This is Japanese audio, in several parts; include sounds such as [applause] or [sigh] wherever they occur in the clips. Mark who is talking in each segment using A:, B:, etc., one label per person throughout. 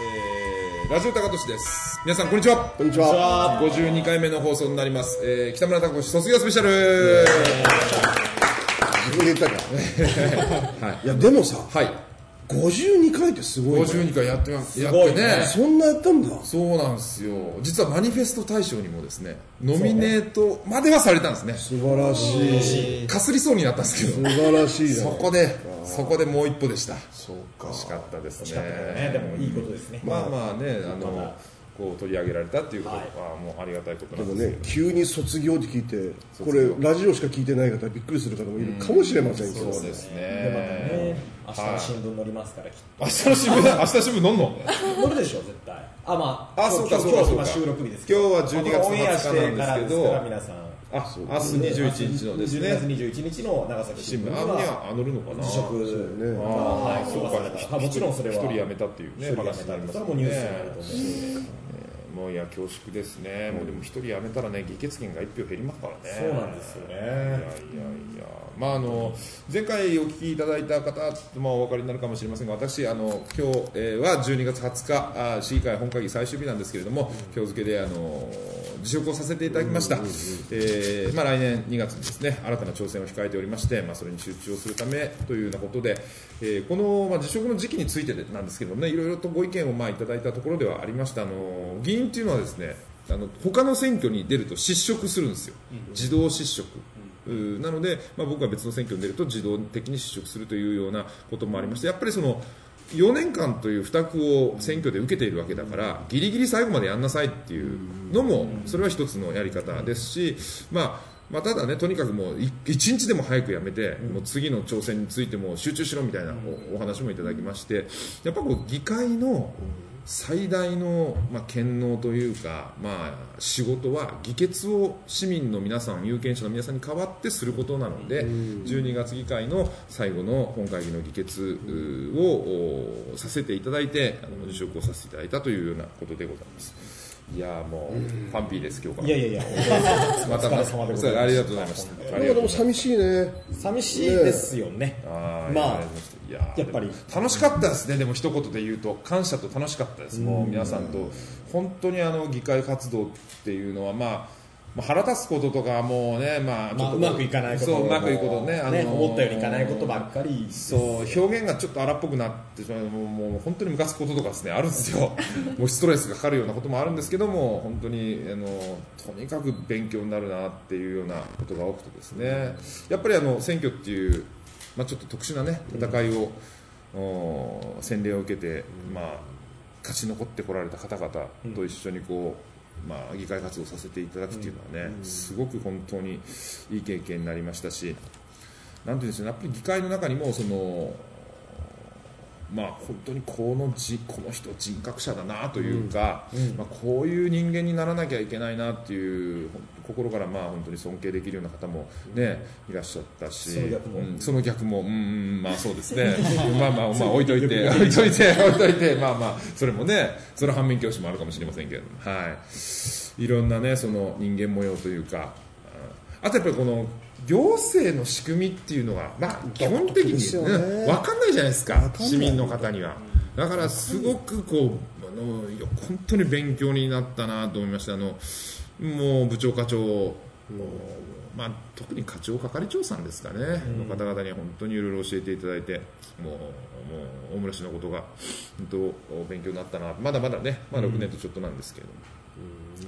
A: えーラジオ高俊です皆さんこんにちは
B: こんにちは。
A: 52回目の放送になります、えー北村隆史卒業スペシャル
B: 自分で言ったか。いや、でもさ、
A: はい
B: 52回ってすごいね。
A: 52回やってますやっ
C: ご
A: て
C: いね
A: ね
B: そんなやったんだ。
A: そうなんですよ実はマニフェスト大賞にもですねノミネートまではされたんですね
B: 素晴らしい。
A: かすりそうになったんですけ
B: 素
A: ど
B: 晴らしい
A: そ
B: ね。
A: こでそこでもう一歩でした
B: そうか
A: 惜。しかったですね
C: ね、でもいいことですね。
A: まあまあねあのこう取り上げられたっていうことはもうありがたいことな
B: でも
A: んですけ
B: ね、急に卒業って聞いて、こ
A: 卒
B: れ
A: 業、
B: ラジオしか聞いてない方、びっくりする方もいるかもしれませんけど
A: ど、そうです
C: でまた
A: ね
C: ね、明日の新聞載りますから、きっ
A: 明日の新聞だ明日の新聞飲んの
C: と。載るでしょ、絶対。あ、まあ、
A: あそうか
C: 今日
A: そうかそう
C: 今
A: か
C: 日収録日ですけ
A: 今
C: ど。
A: 日は12月
C: これオンエアして
A: 20日な
C: か
A: ん
C: ら
A: でけ
C: ですす
A: ど
C: から、皆さん。
A: あ明日21日のですね
C: 12月21日の長崎
A: 新
C: 新
A: 聞
C: 聞
A: あ
C: に
A: に
C: は、
A: はあ乗るのかな
C: 辞職
B: ね
C: が、はい、評価された。まあもちろんそれは。
A: 一人辞めたっていうね
C: 一人
A: 話
C: 辞
A: にな
C: めた
A: り
C: ん
A: ま
C: です
A: よ
C: それはもうニュースになる
A: ね
C: と思うんで。
A: もういや恐縮ですねもうでも一人辞めたらね議決権が一票減りますからね
C: そうなんですよ
A: いやい
C: ね。
A: やいや、まあ、あの前回お聞きいただいた方、まあ、お分かりになるかもしれませんが、私、あの今日、えーは12月20日あー、市議会本会議最終日なんですけれども、今日付けであの辞職をさせていただきました、えーまあ、来年2月にです、ね、新たな挑戦を控えておりまして、まあ、それに集中をするためというようなことで、えーこの、まあ、辞職の時期についてでなんですけどもね、いろいろとご意見を、まあ、いただいたところではありました、あの議員というのはですね、あの他の選挙に出ると失職するんですよ、自動失職。うんなので、まあ、僕が別の選挙に出ると自動的に失職するというようなこともありましてやっぱりその4年間という負託を選挙で受けているわけだからギリギリ最後までやんなさいっていうのもそれは一つのやり方ですし、まあまあ、ただねとにかくもうい一日でも早くやめてもう次の挑戦についても集中しろみたいなおお話もいただきましてやっぱこう議会の最大の、まあ、権能というか、まあ、仕事は議決を市民の皆さん有権者の皆さんに代わってすることなので12月議会の最後の本会議の議決うをおさせていただいてあの辞職をさせていただいたというようなことでございます。いやーもうファンピーです今日から
C: いやいやいや、
A: また
C: お疲れ様でございます
A: ありがとうございましたあ
B: なん
A: りが
B: かで
A: とう
B: も
A: ございま
B: 寂しいね。
C: 寂しいですよね。
A: たあー
C: まあ
A: いやー
C: やっぱり
A: でも楽しかったですねでも一言で言うと感謝と楽しかったですもう皆さんと本当にあの議会活動っていうのはまあまあ腹立つこととかもうねまあち
C: ま
A: ょっ
C: あ、
A: と
C: うまくいかないこと
A: そううまくいくことね
C: ね
A: あの
C: 思ったよりいかないことばっかり。
A: そう表現がちょっと荒っぽくなってしまうもうもう本当にムカつくこととかですねあるんですよもうストレスがかかるようなこともあるんですけども本当にあのとにかく勉強になるなっていうようなことが多くてですねやっぱりあの選挙っていう、まあ、ちょっと特殊なね戦いを、お洗礼を受けて、まあ、勝ち残ってこられた方々と一緒にこう、まあ、議会活動させていただくというのはね、すごく本当にいい経験になりましたし。なんていうんでしょうねやっぱり議会の中にもそのまあ本当にこのじこの人人格者だなというか、まあ、こういう人間にならなきゃいけないなっていうほん心からまあ本当に尊敬できるような方もね、いらっしゃったし
C: その逆も
A: うんその逆もうんうんまあそうです
C: [laughs]
A: ねまあまあまあ置いといて [laughs] 置いといて置いといてまあまあそれもねその反面教師もあるかもしれませんけれどもはいいろんなねその人間模様というかあとやっぱりこの行政の仕組みっていうのが、まあ、基本的
B: です
A: に、
B: よね
A: うんわかんないじゃないですか
B: かんない
A: 市民の方にはだからすごくこうあのいや本当に勉強になったなと思いましたあのもう部長課長まあ、特に課長係長さんですかね、の方々には本当にいろいろ教えていただいてもうもう大村氏のことが本当勉強になったなまだまだね、まあ、6年とちょっとなんですけれど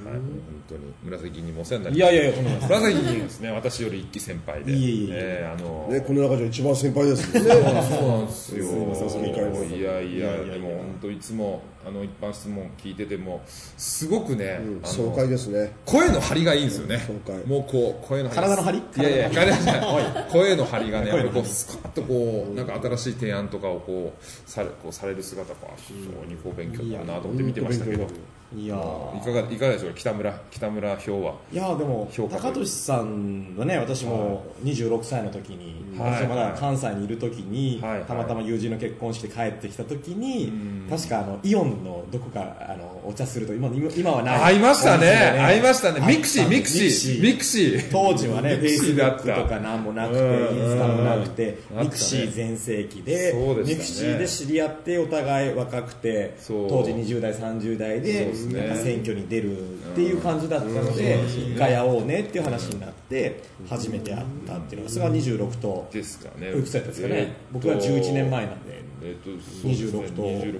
A: も、はい、もう本当に紫にもお世話になり
C: い
A: まし
C: や
A: た
C: いやいや、とんでもないです。
A: 紫議員ですね、私より一期先輩で、
C: いえいえいえ
A: えーあの
B: ね、この中じゃ一番先輩ですもんね。
A: そうなんですよ。
B: いませんそれ以外です
A: いやいや
C: いやいやいや
A: でも本当いつもあの一般質問聞いててもすごくね、あの
B: 爽快ですね。
A: 声の張りがいいんですよね
B: 爽快。
A: もうこう声の張り
C: 体の張り
A: いやいや体じゃない。声の張りがね、やっぱりこうスカッとこうなんか新しい提案とかをこうされこうされる姿が非常にこう勉強になるなと思って見てましたけど
B: うん。
C: いやー
A: いかがいかがでしょうか北村北村表はい
C: やーでも
A: 評価という
C: 高俊さんはね私も26歳の時に、
A: はい
C: 私はまだ関西にいる時に、
A: はい
C: たまたま友人の結婚して帰ってきた時に、
A: うん
C: 確かあのイオンのどこかあのお茶すると今今今はない
A: 会いましたね
C: お店で
A: 会いましたね
C: あったんで
A: ミクシーミクシーミクシー
C: [laughs] 当時はね、
A: ミ
C: フェ
A: ク
C: イ
A: シ
C: ス
A: ー
C: ブ
A: だ
C: ッ
A: った
C: クとかなんもなくて、
A: うん
C: インスタもなくて
A: う、ん
C: ミクシー全盛期で、
A: そうでしたね
C: ミクシーで知り合って、お互い若くて、
A: そう
C: 当時20代、30代で
A: そうです、ね
C: なんか選挙に出るっていう感じだったので、一回会おうねっていう話になって、初めて会ったっていうのが、それが26と、
A: ですかね
C: おいくつやったんですか
A: え
C: ね
A: っと、
C: 僕は11年前なんで。
A: えっとそうですね
C: 26と
A: 26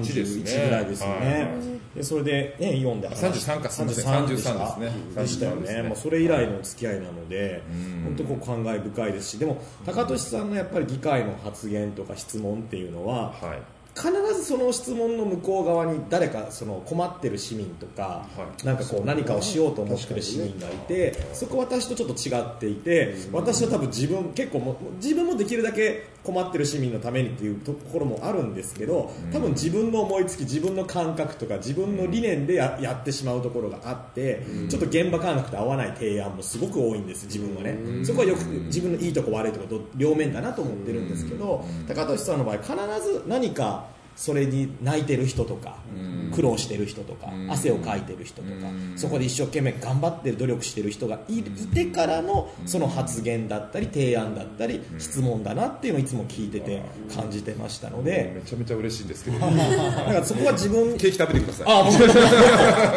A: 31ですね
C: 31ぐらいですよね、
A: はい
C: でそれで、ね、イオンで
A: 33かすいません
C: 33で
A: 33ですね
C: したでしたよ
A: 33です
C: ね
A: ね
C: もうそれ以来の付き合いなので、本当こう感慨深いですしでも高俊さんのやっぱり議会の発言とか質問っていうのは
A: はい
C: 必ずその質問の向こう側に誰かその困ってる市民とか,、
A: はい
C: なんかこう何かをしようと思ってる市民がいて、そこ私とちょっと違っていて、私は多分自分結構もう自分もできるだけ困ってる市民のためにっていうところもあるんですけど多分自分の思いつき自分の感覚とか自分の理念でややってしまうところがあって、ちょっと現場感覚と合わない提案もすごく多いんです自分はね、そこはよく自分のいいとこ悪いとこど両面だなと思ってるんですけど、高俊さんの場合必ず何かそれに泣いてる人とか、苦労してる人とか、汗をかいてる人とか、そこで一生懸命頑張ってる努力してる人がいいてからのその発言だったり提案だったり、質問だなっていうのをいつも聞いてて感じてましたので、
A: めちゃめちゃ嬉しいんですけど
C: だからそこは自分
A: ケーキ食べてください
C: あ僕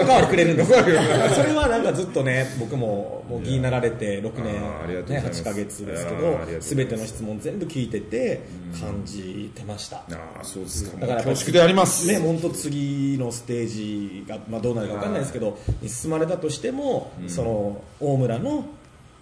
C: おかわりくれるんですよそれはなんかずっとね僕ももう議員になられて6
A: あーありがとうござい
C: 年、ね、
A: ます
C: 8ヶ月ですけ
A: いやーありがとうござい
C: ど
A: ます
C: 全ての質問全部聞いてて感じてました
A: ああそうですか
C: だからやっ
A: 恐
C: ぱり
A: 縮であります
C: ね、本当次のステージが、まあ、どうなるか分かんないですけど、に進まれたとしても、その大村の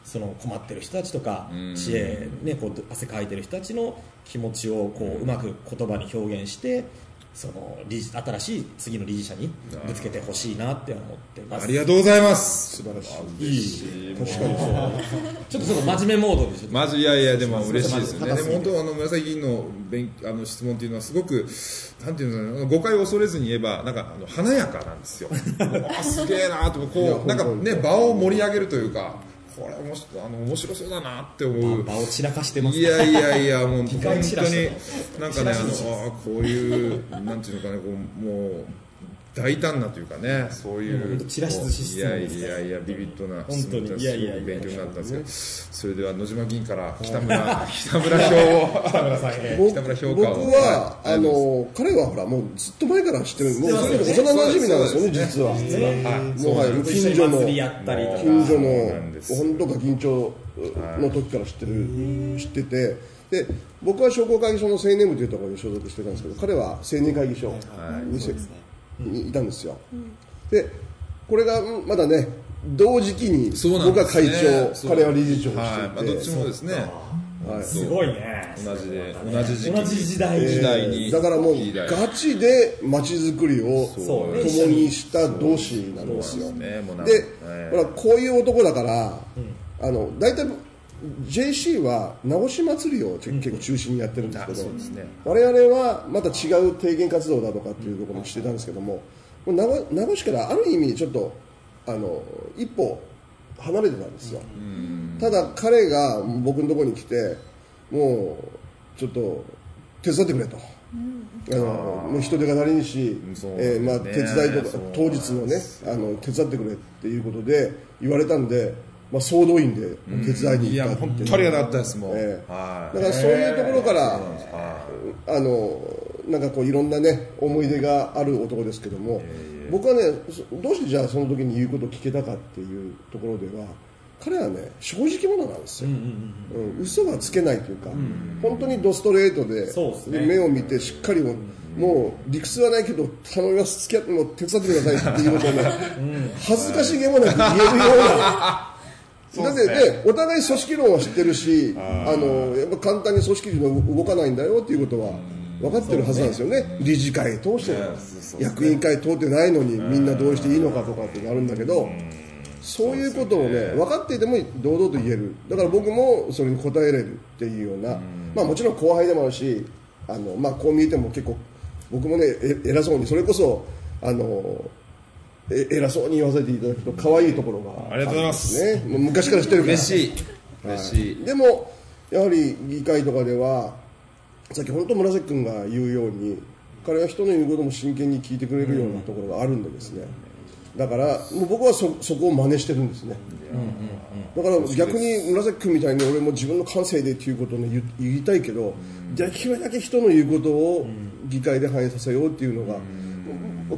C: その困ってる人たちとか、
A: ん
C: 知恵、ね、こう汗かいてる人たちの気持ちをこう,、うまく言葉に表現してその理事新しい次の理事者にぶつけてほしいなって思ってます。
A: ありがとうございます
B: 素晴らしい
C: いい確かにそうちょっとその真面目モードでしょ
A: マジいやいやでも嬉しいですよね。
C: す
A: で
C: いま
A: も
C: せ
A: 本
C: ん
A: 当あの紫議員の勉あの質問っていうのはすごくなんていうんですかねあの誤解を恐れずに言えばなんかあの華やかなんですよ。あすげえなーと
B: いや
A: こうなんか
B: 本当
A: ね場を盛り上げるというかこれ面白あの面白そうだなって思う。
C: 場を散らかしてます
A: いやいやいやもう本当
C: 界
A: に
C: 散らして
A: なんかねあのあーこういうなんていうのかねこうもう。大胆なというかね、そうい
C: もう
A: う
C: 本当チラシ寿司質
A: い
C: 問
A: や
C: です
A: い
C: ね
A: やいやビビッドな
C: 本当に
A: 質問
C: いやいやいや
A: すごく勉強になったんですけど、それでは野島議員から北
C: [laughs]
A: 村北村票を
C: 田村さんへ
A: 北村評
B: 僕
A: 価を
B: は、
A: はい
B: あの彼はほらもうずっと前から知ってるもう
C: 知ってますよね
B: それで幼馴染みなんですよね
A: そうです
B: 実は
A: はい
B: もはや
C: 一緒
B: 近
C: に
B: 所の
C: 祭りやったりとか
B: 近所
A: そうなんです
B: の本とか銀町の時から知ってる知っててで僕は商工会議所の青年部というところに所属してたんですけど彼は青年会議所にせにいたんですよでこれがうんまだね同時期に
A: そうなん
B: 僕
A: で
B: は
A: すね
B: 会
A: そ
B: 長
A: う
B: 彼は理事長を
A: はいまあ、
B: し
A: ど
B: て
A: っ
B: いて
A: ちもですね
B: はい
A: そう
C: すごいね
A: 同じで同じ時期
C: 同じ時代
A: 時代に
B: だからもう
A: 時代
B: ガチで街づくりを
C: そうね
B: 共にした同士なんです
A: そ
B: よ
A: うなんですねもうなん
B: で
A: はい
B: ほらこういう男だからあの大体 JC は直し祭りをちょ結構中心にやってるんですけ
A: あそうです
B: ど
A: ね
B: 我々はまた違う提言活動だとかっていうところにしてたんですけどももう名護名護市からある意味ちょっとあの一歩離れてたんですよただ彼が僕のところに来てもうちょっと手伝ってくれと。あのもう人手が足りんし、
A: そう
B: えーまあ、
A: ね
B: 手伝いと
A: そう
B: か
A: なん
B: 当日のねあの手伝ってくれっていうことで言われたんで、まあ、総動員で手伝いに
A: い
B: 行
A: や
B: った
A: 本
B: っていう
A: 当ありがたかったですもう、
B: ええ
A: は
B: だからそういうところか
A: い
B: ら、
A: は
B: あのなんかこういろんなね思い出がある男ですけども、僕はねそどうしてじゃあその時に言うことを聞けたかっていうところでは彼はね正直者なんですよ、うん嘘はつけないというか、本当にドストレートで
C: そうですね
B: で目を見てしっかりも,、もう理屈はないけど頼みます付き合ってもう手伝ってください [laughs] っていうことをね、恥ずかしげもなく言えるような。 [laughs] だってね、お互い組織論は知ってるし、あのやっぱ簡単に組織の動かないんだよっていうことは分かってるはずなんですよね、理事会通して
A: やそうそう
B: 役員会通ってないのに、みんなどうしていいのかとかってなるんだけど、そういうことをね、分かっていても堂々と言える、だから僕もそれに応えれるっていうような、まあ、もちろん後輩でもあるし、あのまあ、こう見えても結構、僕もね、え偉そうに、それこそ、あのえ偉そうに言わせていただくと可愛いところが
A: ありがとうございます
B: ねもう昔から知ってるから
A: 嬉しい嬉しい
B: でもやはり議会とかではさっき本当村瀬君が言うように彼は人の言うことも真剣に聞いてくれるようなところがあるんでですね、だからもう僕はそそこを真似してるんですね、だから逆に村崎君みたいに俺も自分の感性でっていうことを、ね、言言いたいけど、できるだけ人の言うことを議会で反映させようっていうのが、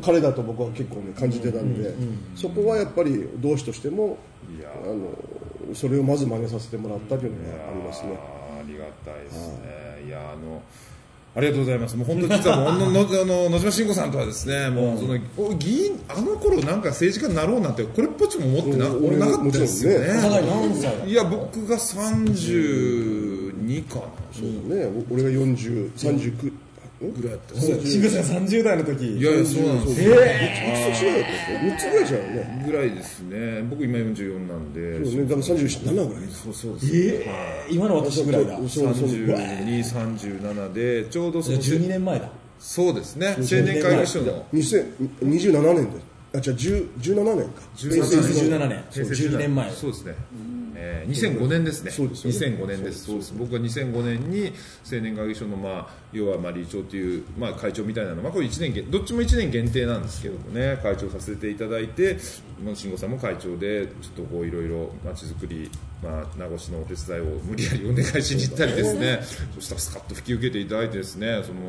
B: 彼だと僕は結構、ね、感じてたんで、そこはやっぱり同志としても
A: いや
B: あのそれをまず真似させてもらったというのがありますね。
A: あーありがたいですね。いやあのありがとうございます。もう本当に実はもうののあの野島慎吾さんとはですね、もうその、お議員あの頃なんか政治家になろうなんてこれっぽっちも思ってな、
B: うん
A: 俺なかったですよ
B: も
A: ね。
B: ち
D: お互い何歳だ
A: いや僕が三十二かな、
B: ね、お俺が40、39、うん、
A: ぐらいだったんですよ。
C: しぐさが30代の時
A: いやいやそうなんですよ。
C: え
B: いくつ違うよ3つぐらいじゃんね。
A: ぐらいですね。僕今四十四なんで。
B: そうね、多分37ぐらい
A: そうそうです。
D: えー今の私ぐらいだ
B: そう
D: じ
B: そうそう
A: 32、37でちょうどそ
D: ゃあ
A: の
D: 12年前だ
A: そうですね青年会議所の
B: 2027年であじゃあ10 17年か
D: 平成
A: 17
D: 17年そう12年前
A: そうですね、えー、2005年ですね
B: そうですよね
A: 2005年ですそうです僕は2005年に青年会議所の、まあ、要はまあ理事長という、まあ、会長みたいなの、まあ、これ一年限どっちも1年限定なんですけどもね会長させていただいてまあ慎吾さんも会長でちょっとこういろいろまちづくり、まあ、名護市のお手伝いを無理やりお願いしに行ったりですねそしたらスカッと引き受けていただいてですねその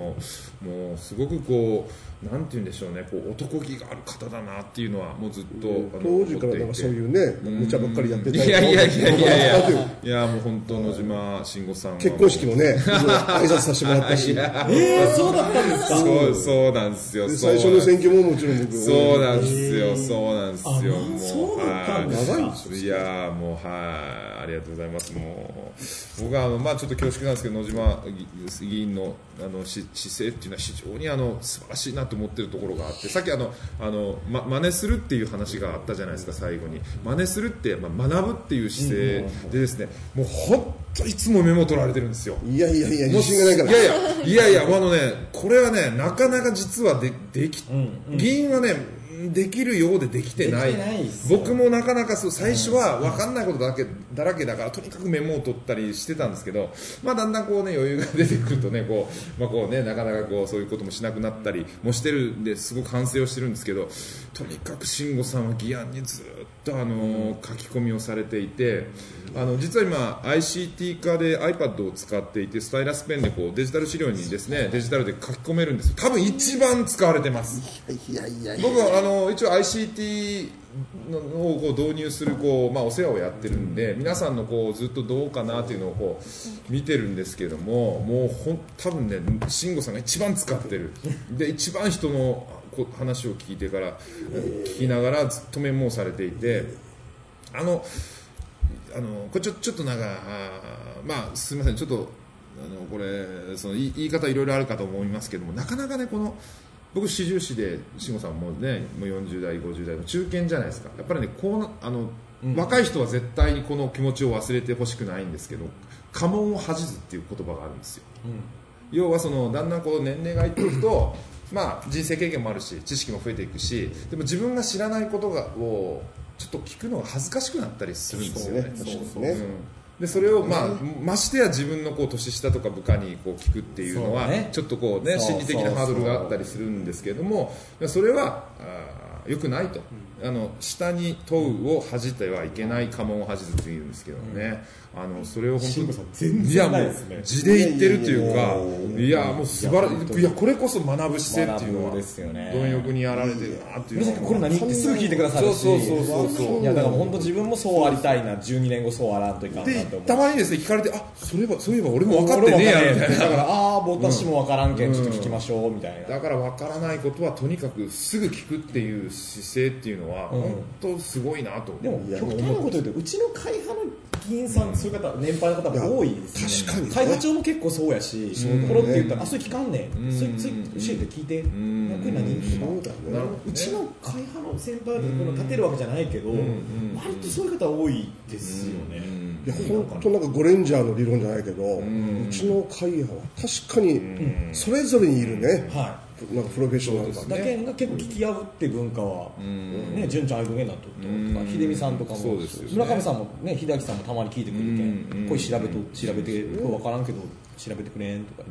A: もうすごくこうなんて言うんでしょうねこう男気がある方だなっていうのはもうずっとあの
B: 当時からなん
A: 思
B: か
A: っていて
B: そういうね無茶ばっかりやってた
A: いやいやいやいやい
B: とい
A: や
B: う
A: いやもう本当野島慎吾さんは
B: 結婚式もね挨拶させてもらったし
A: いや
C: えーそうだったんですか
A: そうそうなんですよ
B: で
A: そう
B: 最初の選挙ももちろん僕
A: そうなんですよそうなんですよもう
C: そうだったん
A: は
C: で
A: い
C: すか
B: 長いんです
A: いやーもうはいありがとうございますもう僕はあのまあちょっと恐縮なんですけど野島議議員のあのし姿勢っていうのは非常にあの素晴らしいなと思ってるところがあってさっきあのあのま真似するっていう話があったじゃないですか最後に真似するってまあ学ぶっていう姿勢でですねもう本当いつもメモ取られてるんですよ。
B: いやいやいや自信がないから
A: いやいやいやいやあのねこれはねなかなか実はででき、議員はねできるようでできてない
D: できてないっすよ
A: 僕もなかなかそう最初は分かんないことだけだらけだからとにかくメモを取ったりしてたんですけど、まあ、だんだんこう、ね、余裕が出てくるとねこう、まあこうね、なかなかこうそういうこともしなくなったりもしてるんですごく反省をしてるんですけどとにかく慎吾さんは議案にずっと、あの書き込みをされていてあの実は今 ICT 化で iPad を使っていてスタイラスペンでこうデジタル資料にですねデジタルで書き込めるんですよ多分一番使われてます。
B: いやいやいや
A: 僕はあの一応 ICT のをこう導入するこう、まあ、お世話をやってるんで皆さんのこうずっとどうかなというのをこう見てるんですけどももうほん多分ね慎吾さんが一番使ってるで一番人のこう話を聞いてから聞きながらずっとメモをされていてあのあのこれちょちょっとなんかあーまあすみませんちょっとあのこれその言い言い方いろいろあるかと思いますけどもなかなかねこの僕四十四で慎吾さんもねもう40代50代の中堅じゃないですかやっぱりねこうなあの、若い人は絶対にこの気持ちを忘れてほしくないんですけど家紋を恥じずっていう言葉があるんですよ、要はそのだんだんこう年齢がいっていくとまあ人生経験もあるし知識も増えていくしでも自分が知らないことがをちょっと聞くのが恥ずかしくなったりするんですよね。
B: そうね
A: そう
B: そうね
A: んでそれを、まあ、ましてや自分のこう年下とか部下にこう聞くっていうのは
D: そうね
A: ちょっとこう、ね、心理的なハードルがあったりするんですけれどもそれはあー良くないと、あの下に問うを恥じてはいけない家紋を恥じずって言うんですけどね、あのそれを
C: 慎
A: 本
C: 吾
A: 当
C: さん全
A: いや
C: 然
A: も
C: ないうですね
A: 地で言ってるというかい
B: い
A: やもう素晴らしいいやこれこそ学ぶ姿勢っていうのは
D: 学ぶですよね
A: 貪欲にやられてるなってい
D: 村
A: うの
D: 崎
A: は
D: 君これ何ってすぐ聞いてくださ
A: そ
D: る
A: う
D: し
A: そうそうそうそう
D: いやだから本当自分もそうありたいな12年後そうあらんといかんな
A: で
D: と思う
A: たまにですね聞かれてあそういえばそういえば俺も分かってねえやみたいな
D: だからああ私も分からんけんちょっと聞きましょうみたいな
A: だから分からないことはとにかくすぐ聞くっていう姿勢っていうのは本当すごいなと、
D: でも
B: いや
D: 極端なこと言うとうちの会派の議員さんそういう方年配の方も多いですね
B: 確かにね
D: 会派長も結構そうやしポロって言ったらあそれ聞かんねんそれつい教えて聞いてこれ
B: そ
D: 何
B: うだ
A: なる
B: ね
A: ほどね
D: うちの会派の先輩でこの立てるわけじゃないけど
A: ん
D: 割とそういう方多いですよね
B: いや本当なんかゴレンジャーの理論じゃないけどうちの会派は確かにそれぞれにいるね
D: は
B: なんかプロフェッショナルな
A: そう
C: だけんが結構聞き合うって文化は、ね、純ちゃんああいう文化になっとると
A: うん
C: か、秀美さんとかも、
A: そうですよね
C: 村上さんもね、秀明さんもたまに聞いてくるけ
A: うん
C: ん、これ調べと、調べて、これ分からんけど、調べてくれんとか。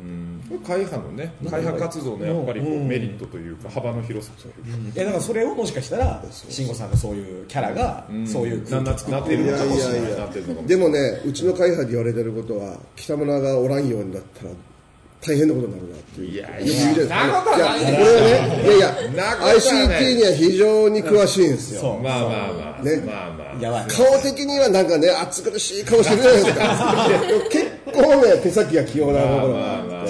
A: 会派のね会派活動のやっぱりこう
C: うん
A: メリットというか幅の広さというか
C: いやだからそれをもしかしたら慎吾さんのそういうキャラがそういう
A: な
C: 空
A: な
C: 気作
A: な
C: っ
A: って
C: て
A: る
C: る
A: のかもしれな
B: いや
A: い
B: いやいや
A: なってるのかも
B: でもねうちの会派で言われてることは北村がおらんようになったら大変なことになるなっていう
A: いや
B: よ
A: い
B: く
A: や
B: 言うじゃないですかいや
A: な
B: こ
A: ことはない
B: れはねいやいや
A: なことはない
B: ICT には非常に詳しいんですよ
C: そう
A: まあまあまあ
B: ね
A: まあまあ
C: やばい
B: 顔的にはなんかね暑苦しい顔してるじゃないですか [laughs] 結構ね手先が器用なと
A: まあ
B: ころが
A: まあまあ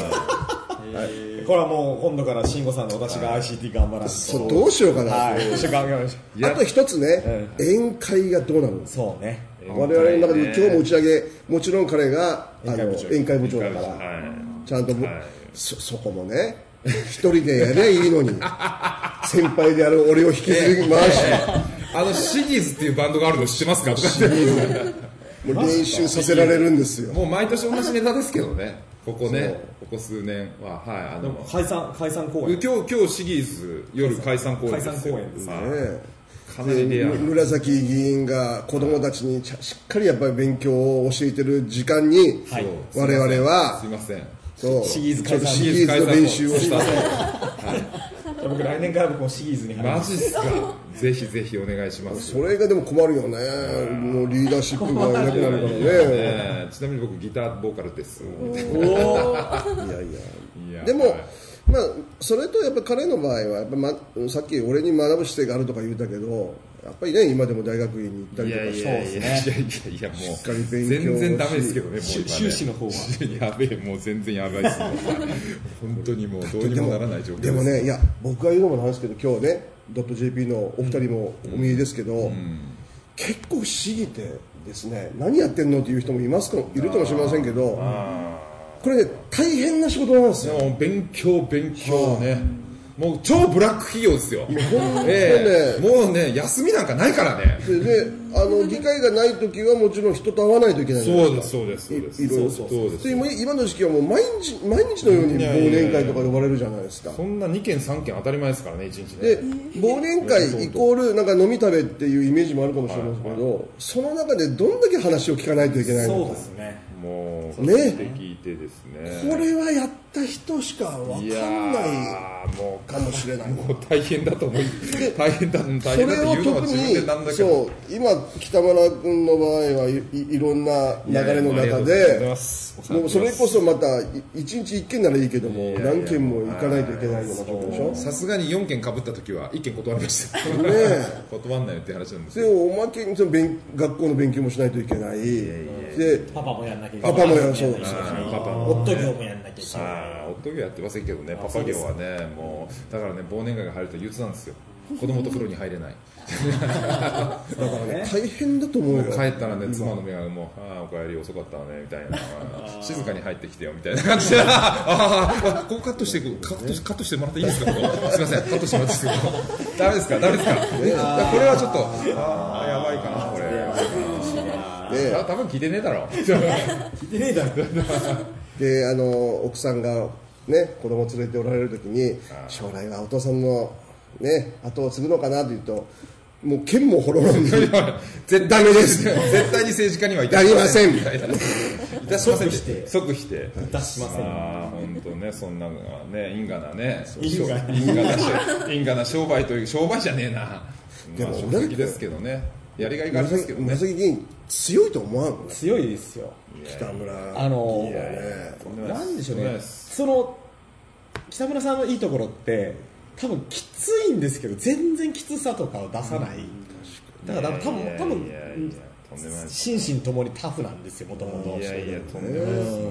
C: これはもう今度から慎吾さんの私が ICT 頑張らんと
B: そうどうしようかな、
C: はい一緒に頑張りましょう
B: あと一つね、宴会がどうなの
C: そうね
B: 我々の中で今日も打ち上げもちろん彼があの
C: 宴会部長
B: 宴会部長だから、
A: はい
B: ちゃんと、
A: い
B: そそこもね一人でやりゃいいの [laughs] に先輩である俺を引きずり回して
A: あのシギーズっていうバンドがあるの知ってますかとか
B: もう練習させられるんですよ
A: もう毎年同じネタですけどねここねここ数年ははいあの
C: 解散解散公
A: 今
C: 演
A: 日今日シギーズ夜解散公演ですよ
C: 解散公演ですね
A: はい
B: ね
A: かなりレア
B: む紫議員が子供たちにちゃしっかりやっぱり勉強を教えてる時間に、
C: はい
A: そう
B: 我々は
A: すいません
B: そう
C: シリーズ
B: ちょ
C: 解
B: っと
C: 散
B: シリーズの練習を
A: シ
B: し
A: リーズ解散
B: た
C: じゃあ僕来年から僕もシリーズに入り
A: マ
C: ます
A: ジっすかぜひぜひお願いします
B: それがでも困るよねもうリーダーシップがいなくなるからね
A: えーちなみに僕ギターボーカルですい
B: いやい
A: や
B: やでも、
A: はい
B: まあ、それとやっぱ彼の場合はやっぱ、ま、さっき俺に学ぶ姿勢があるとか言うたけどやっぱりね今でも大学院に行った
A: い
B: りと
A: や
B: か
A: い
B: そう
A: やいやいやいやいやも
B: っか
A: う
B: り勉強を
A: 全
B: し
A: 然ダメですけどねもう今ね
C: 修士の方は
A: [laughs] やべえもう全然やばいっすね本当にもうどうにもならない状況
B: でもねいや僕が言うのもなんですけど今日ねドット .jp のお二人もお見えですけど、結構不思議てですね何やってんのっていう人もいますかいるかもしれませんけどこれね大変な仕事なんですよ
A: もう勉強勉強ねもう超ブラック企業ですよ、ええもうね休みなんかないからね
B: でであの議会がない時はもちろん人と会わないといけないじゃない
A: そう
B: で
A: です
B: か
A: すそうですそうです
B: いろいろ
A: そうです
B: で今今の時期はもう毎日毎日のように忘年会とか呼ばれるじゃないですか
A: そんな2件3件当たり前ですからね1日ね
B: で忘年会イコールなんか飲み食べっていうイメージもあるかもしれませんけどその中でどんだけ話を聞かないといけない
C: そう
B: の
C: で
B: か
C: すね
A: もう
B: ね
A: 聞いて聞いてですね
B: これはやった人しかわかん
A: いや
B: ない
A: ーもう
B: かもしれない
A: もう大変だと思い大変だ大
B: そ
A: 変だ
B: れ
A: と
B: を
A: 言うのは
B: 特
A: 自分でなん
B: に
A: だけど
B: そう今北村君の場合はいいいろんな流れの
A: いやいやありがとう
B: 中
A: ござい
B: で
A: ますお世話
B: も
A: になってま
B: う
A: す
B: それこそまたい一日一件ならいいけども
A: いやいや
B: 何件も行かないといけないようなとこでしょ
A: さすがに4件かぶった時は1件断りました [laughs] 断んないよって話なんです
B: で
A: よ
B: おまけにその勉学校の勉強もしないといけないで
D: パパもやんなきゃい
B: パパもやるそう
A: あーパパも
D: 夫業もやんなきゃいけない
A: あー夫業やってませんけどねパパ業はねもうだからね忘年会が入ると憂鬱なん [laughs] ですよ子供と風呂に入れない
B: だからね大変だと思うよ
A: 帰ったらね妻の目がもう「ああおかえり遅かったわね」みたいな「静かに入ってきてよ」みたいな感 [laughs] じで「ああここカットしてくカットしカットしてもらっていいですかこ [laughs] こすいませんカットしてもらっていいですかここダメですかダメですかいやこれはちょっとああやばいかなこれあ多分聞いてねえだ [laughs] ろ
C: 聞いてねえだろ
B: であの奥さんが、ね、子供連れておられる時に将来はお父さんの、ね、後を継ぐのかなというともう剣も滅ぼんで
A: 絶
B: ダ
A: 対
B: メです
A: 絶対に政治家にはい
B: やりません
A: いたしませんって即否定
C: 出しません
A: ああ本当ねそんなのがね因果なね
C: 因果
A: 因果な商因果な商売という商売じゃねえな
B: でも
A: まあ正直ですけどねやりがいがありますけどね
B: 紫議員強いと思わんのね
C: 強いですよ
B: 北村
C: あの
A: なんでしょうね
C: その北村さんのいいところって多分きついんですけど全然きつさとかを出さない、だから多分多分
A: いやいやいやとんでもないです
C: 心身ともにタフなんですよもともと
A: いやいやとん
C: うん
A: でもないですよ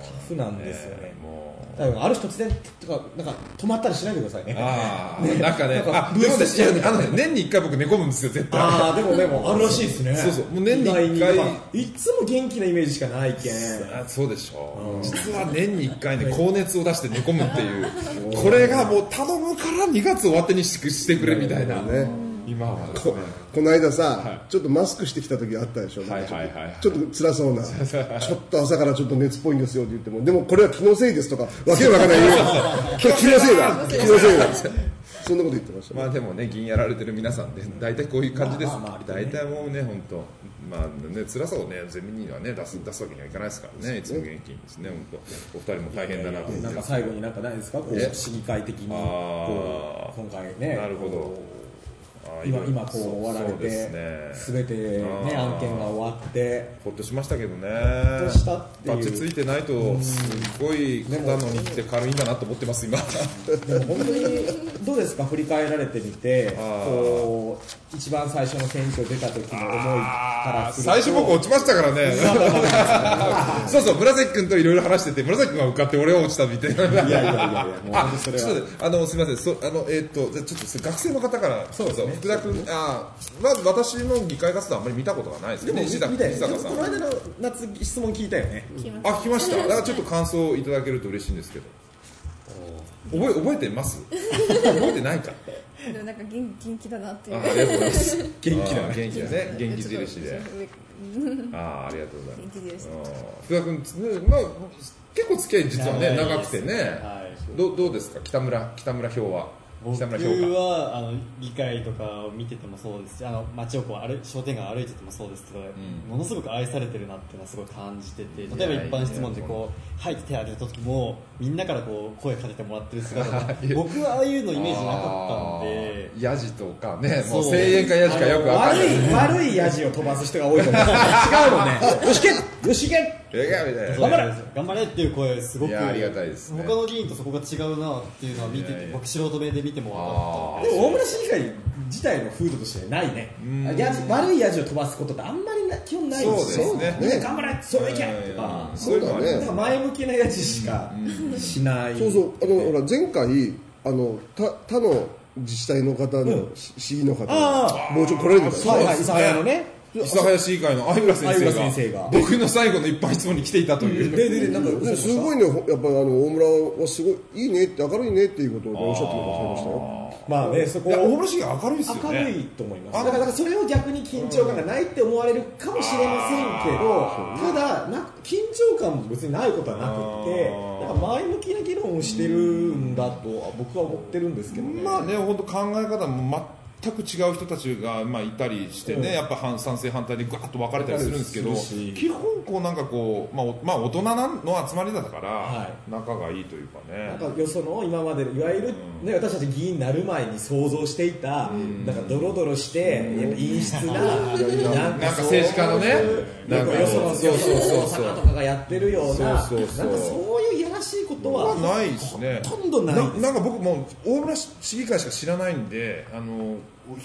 C: タフなんですよね
A: ね、もう
C: だからある日突然とかなんか止まったりしないでくださいね
A: ああなん
C: [laughs]
A: かね
C: なんか
A: あでもねいやあのね年に1回僕寝込むんですよ絶対
C: ああでもでもあるらしいですね
A: そうそうもう年に一回
C: 意外にいつも元気なイメージしかないけん
A: あそうでしょう実は年に1回ね高熱を出して寝込むっていうこれがもう頼むから2月終わってにししてくれみたいな
B: ね
A: 今はです
B: こ
A: ね
B: この間さ、
A: は
B: ちょっとマスクしてきた時あったでしょ、
A: はいはいはいはい
B: ちょっと辛そうな、ちょっと朝からちょっと熱っぽいんですよって言っても、でもこれは気のせいですとか、わけわからないよ、
A: [laughs]
B: 気のせいだ、気のせいだ、そんなこと言ってました、ね
A: まあでもね銀やられてる皆さんで大体こういう感じです
C: まあまあまあ
A: 大体もうね本当まあね辛さをねゼミにはね出す出すわけにはいかないですからねいつも元気にですね本当お二人も大変だなと思って
C: なん
A: ま
C: か
A: す
C: 最後になんかないですかこ
A: え
C: う市議会的に
A: あー
C: こう今回ね
A: なるほど
C: こ
A: あ
C: う
A: ー
C: 今今
A: そ
C: こう
A: う
C: 終わられ
A: そう
C: て
A: ですね
C: 全てね
A: あー
C: 案件が終わって
A: ほっとしましたけどね
C: ほっとしたっていう
A: バッチついてないとすごい肩の荷って軽いんだなと思ってます今
C: でも本当にどうですか振り返られてみて
A: ー
C: こう一番最初の選挙出た時の思いからすると
A: 最初僕落ちましたからねそうそう紫君といろいろ話してて紫君が受かって俺は落ちたみたいない
E: やいやいやいや、もう本当それ
A: ちょっと
E: は。
A: ねあのすみません、そあのえーっとじゃあちょっとそれ学生の方から、そうそう福田君、あーまず私の議会活動あんまり見たことがないですね。石坂
C: 見たよね
A: 石坂さん
C: この、間の夏質問聞いたよね
A: あ聞きました。だからちょっと感想をいただけると嬉しいんですけど、覚え覚えてます？覚えてないか。
F: でもなんか元元気だなってい
A: あ
F: う
A: ーありがとうございます。
E: 元気だ
A: あー
E: ね。
A: 元気だね。元気印で。ああありがとうございま
F: 元気印
A: す。あー福田君つ、ねまあ結構付き合い実はね
G: 長い
A: 長
G: で
A: く
G: す
A: てね。
G: はい
A: どうどうですか北村北村票は
G: 僕
A: 北村評価。
G: はあの議会とかを見ててもそうですしあの街をこう歩い商店街を歩いててもそうですけど、
A: ん
G: ものすごく愛されてるなっていうのはすごい感じてて
A: や
G: 例えば一般質問でこう入って手を挙げた時もみんなからこう声かけてもらってる姿が僕はああいうのイメージなかったんで
A: あーヤジとかねもう
G: そう
A: 声援かヤジかよくわかんな
C: 悪
A: い
C: い悪いヤジを飛ばす人が多いと思う違うもんねよしけよしけ
A: えがみたいな
G: 頑張れ頑張れっていう声すご
A: い
G: く
A: やありがたいですね
G: 他の議員とそこが違うなっていうのは見て
A: いやい
G: て
A: や
G: 僕素人目で見ても分かった
A: あ
C: でも大村市議会自体の風土としてないねヤジ悪いヤジを飛ばすことってあんまりな基本ないですよ
A: そうですね
C: みんな頑張れそれいけ
A: うん
C: とか
A: そういうのはあります
C: なんか前向きなやつしかしない。
B: そうそう、あのほら前回あの他他の自治体の方のし市議の方、
C: あ
B: もうちょっと来られてた
C: はい
B: よ
C: は
B: ね
C: い、伊
A: 久
C: 沢のね。
A: 林議会の相浦先生が
C: 相浦先生が
A: 僕の最後の一般質問に来ていたという、
C: で、で、で、なんか、
B: ねすごいね、ほやっぱりあの大村はすごいいいねって明るいねっていうことをねおっしゃってくださいましたよ。
C: まあね、そこ
A: いや大村市議明るいですよ
C: 明
A: ね
C: るいと思います。
A: あ
C: だから、だからそれを逆に緊張感がないって思われるかもしれませんけど、ただ、な緊張感も別にないことはなくって、なんか前向きな議論をしてるんだとは僕は思ってるんですけどね。
A: まあね本当考え方も全く違う人たちが、まあ、いたりしてね、
C: うん
A: やっぱ反賛成反対でガーッと分かれたりするんですけど
C: 分かれたりするし
A: 基本こうなんかこう、まあ、おまあ大人の集まりだから、
C: は
A: 仲がいいというかね
C: なんかよその今までのいわゆる、ね、私たち議員になる前に想像していた、なんかドロドロして、やっぱ陰湿な、なん
A: なんか
C: そういう
A: 政治家のね
C: なんかよその
A: そうそうそうそう
C: よその大阪とかがやってるような
A: そうそうそう
C: なんかそういういやらしいことは
A: はないですね
C: ほとんどない
A: ななんか僕もう大村市議会しか知らないんであの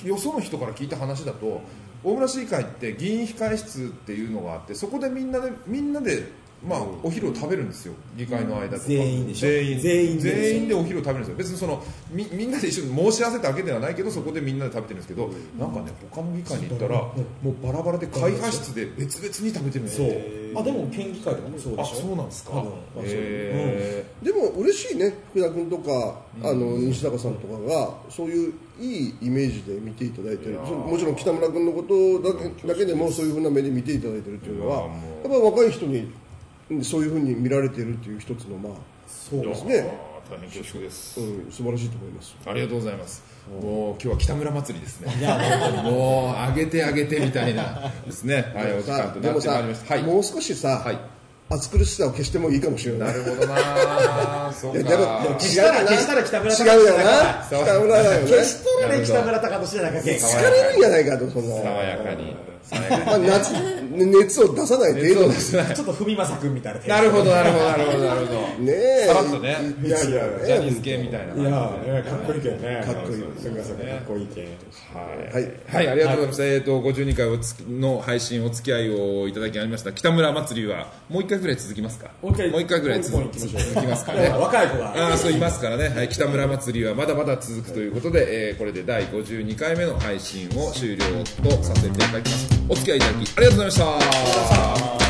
A: よその人から聞いた話だと大村市議会って議員控室っていうのがあってそこでみんなでみんなで、まあ、お昼を食べるんですよ議会の間とか
C: 全員でしょ
A: 全員
C: 全員で
A: 全員でお昼を食べるんですよ別にそのみみんなで一緒に申し合わせたわけではないけどそこでみんなで食べてるんですけどなんかね他の議会に行ったらもうバラバラで会派室で別々に食べてるんです
C: そう
A: よ
C: あでも県議会とかもそうで
A: あ
C: しょ
A: そうなんですか
C: 多分まあそう
A: へ
B: でも嬉しいね、福田君とか、あの西高さんとかが、そういういいイメージで見ていただいてる、
A: いやー
B: そうもちろん北村君のことだけだけでも、そういうふうな目で見ていただいてるっていうのは、
A: いや
B: や
A: ーも
B: っぱり若い人にうんそういうふうに見られてるっていう一つの、まあ、
C: そう
A: え
B: ですね、
A: あー大変恐縮です
B: うん、素晴らしいと思います。
A: ありがとうございます。もう今日は北村祭りですね。もう上げて上げてみたいなですね。はい、お時間
B: さ
A: と
B: あで
A: なっ
B: も
A: てまい
B: さ
A: りました。はい。
B: もう少しさ、
A: はい
B: 暑苦しさを消してもいいかもしれない。
A: なるほどなあ。そう
B: いや
A: か。
B: でもでも
C: 消したら消したら北村隆
B: 違う
C: 史
B: よ
C: だ
B: な
A: そう
B: 北村だよね
C: 消し
A: なる
C: たらね
A: ほど
C: 北村隆史じゃなんか結
A: 爽
B: 疲れるんじゃないかとその、
A: 爽
B: ま
A: やかに。
B: あ、夏熱を出さない程度です
C: ちょっと文正君みたいなテンション
A: なるほど、なるほど、なるほど、なるほ [laughs] ど。
B: ねえ
A: さらっとね。
B: いやいやね
A: ジャニーズ系みたいな。
C: いやかっこいいけどね
B: かっこいい
C: 文正君かっこいいけ
A: はい。
B: はい
A: はい、ありがとうございます。えっ、と、52回おつきの配信お付き合いをいただきありました。北村祭りは、もう一回ぐらい続きますか
C: もう一回
A: ぐらい続
C: もう
A: き
C: 一本行
A: 続
C: きましょう
A: きますか
C: ど
A: ね。
C: [laughs] 若い子が
A: ああそういますからね、はい、北村祭りはまだまだ続くということで、えーこれで第52回目の配信を終了とさせていただきますお付き合いいただきありがとうございました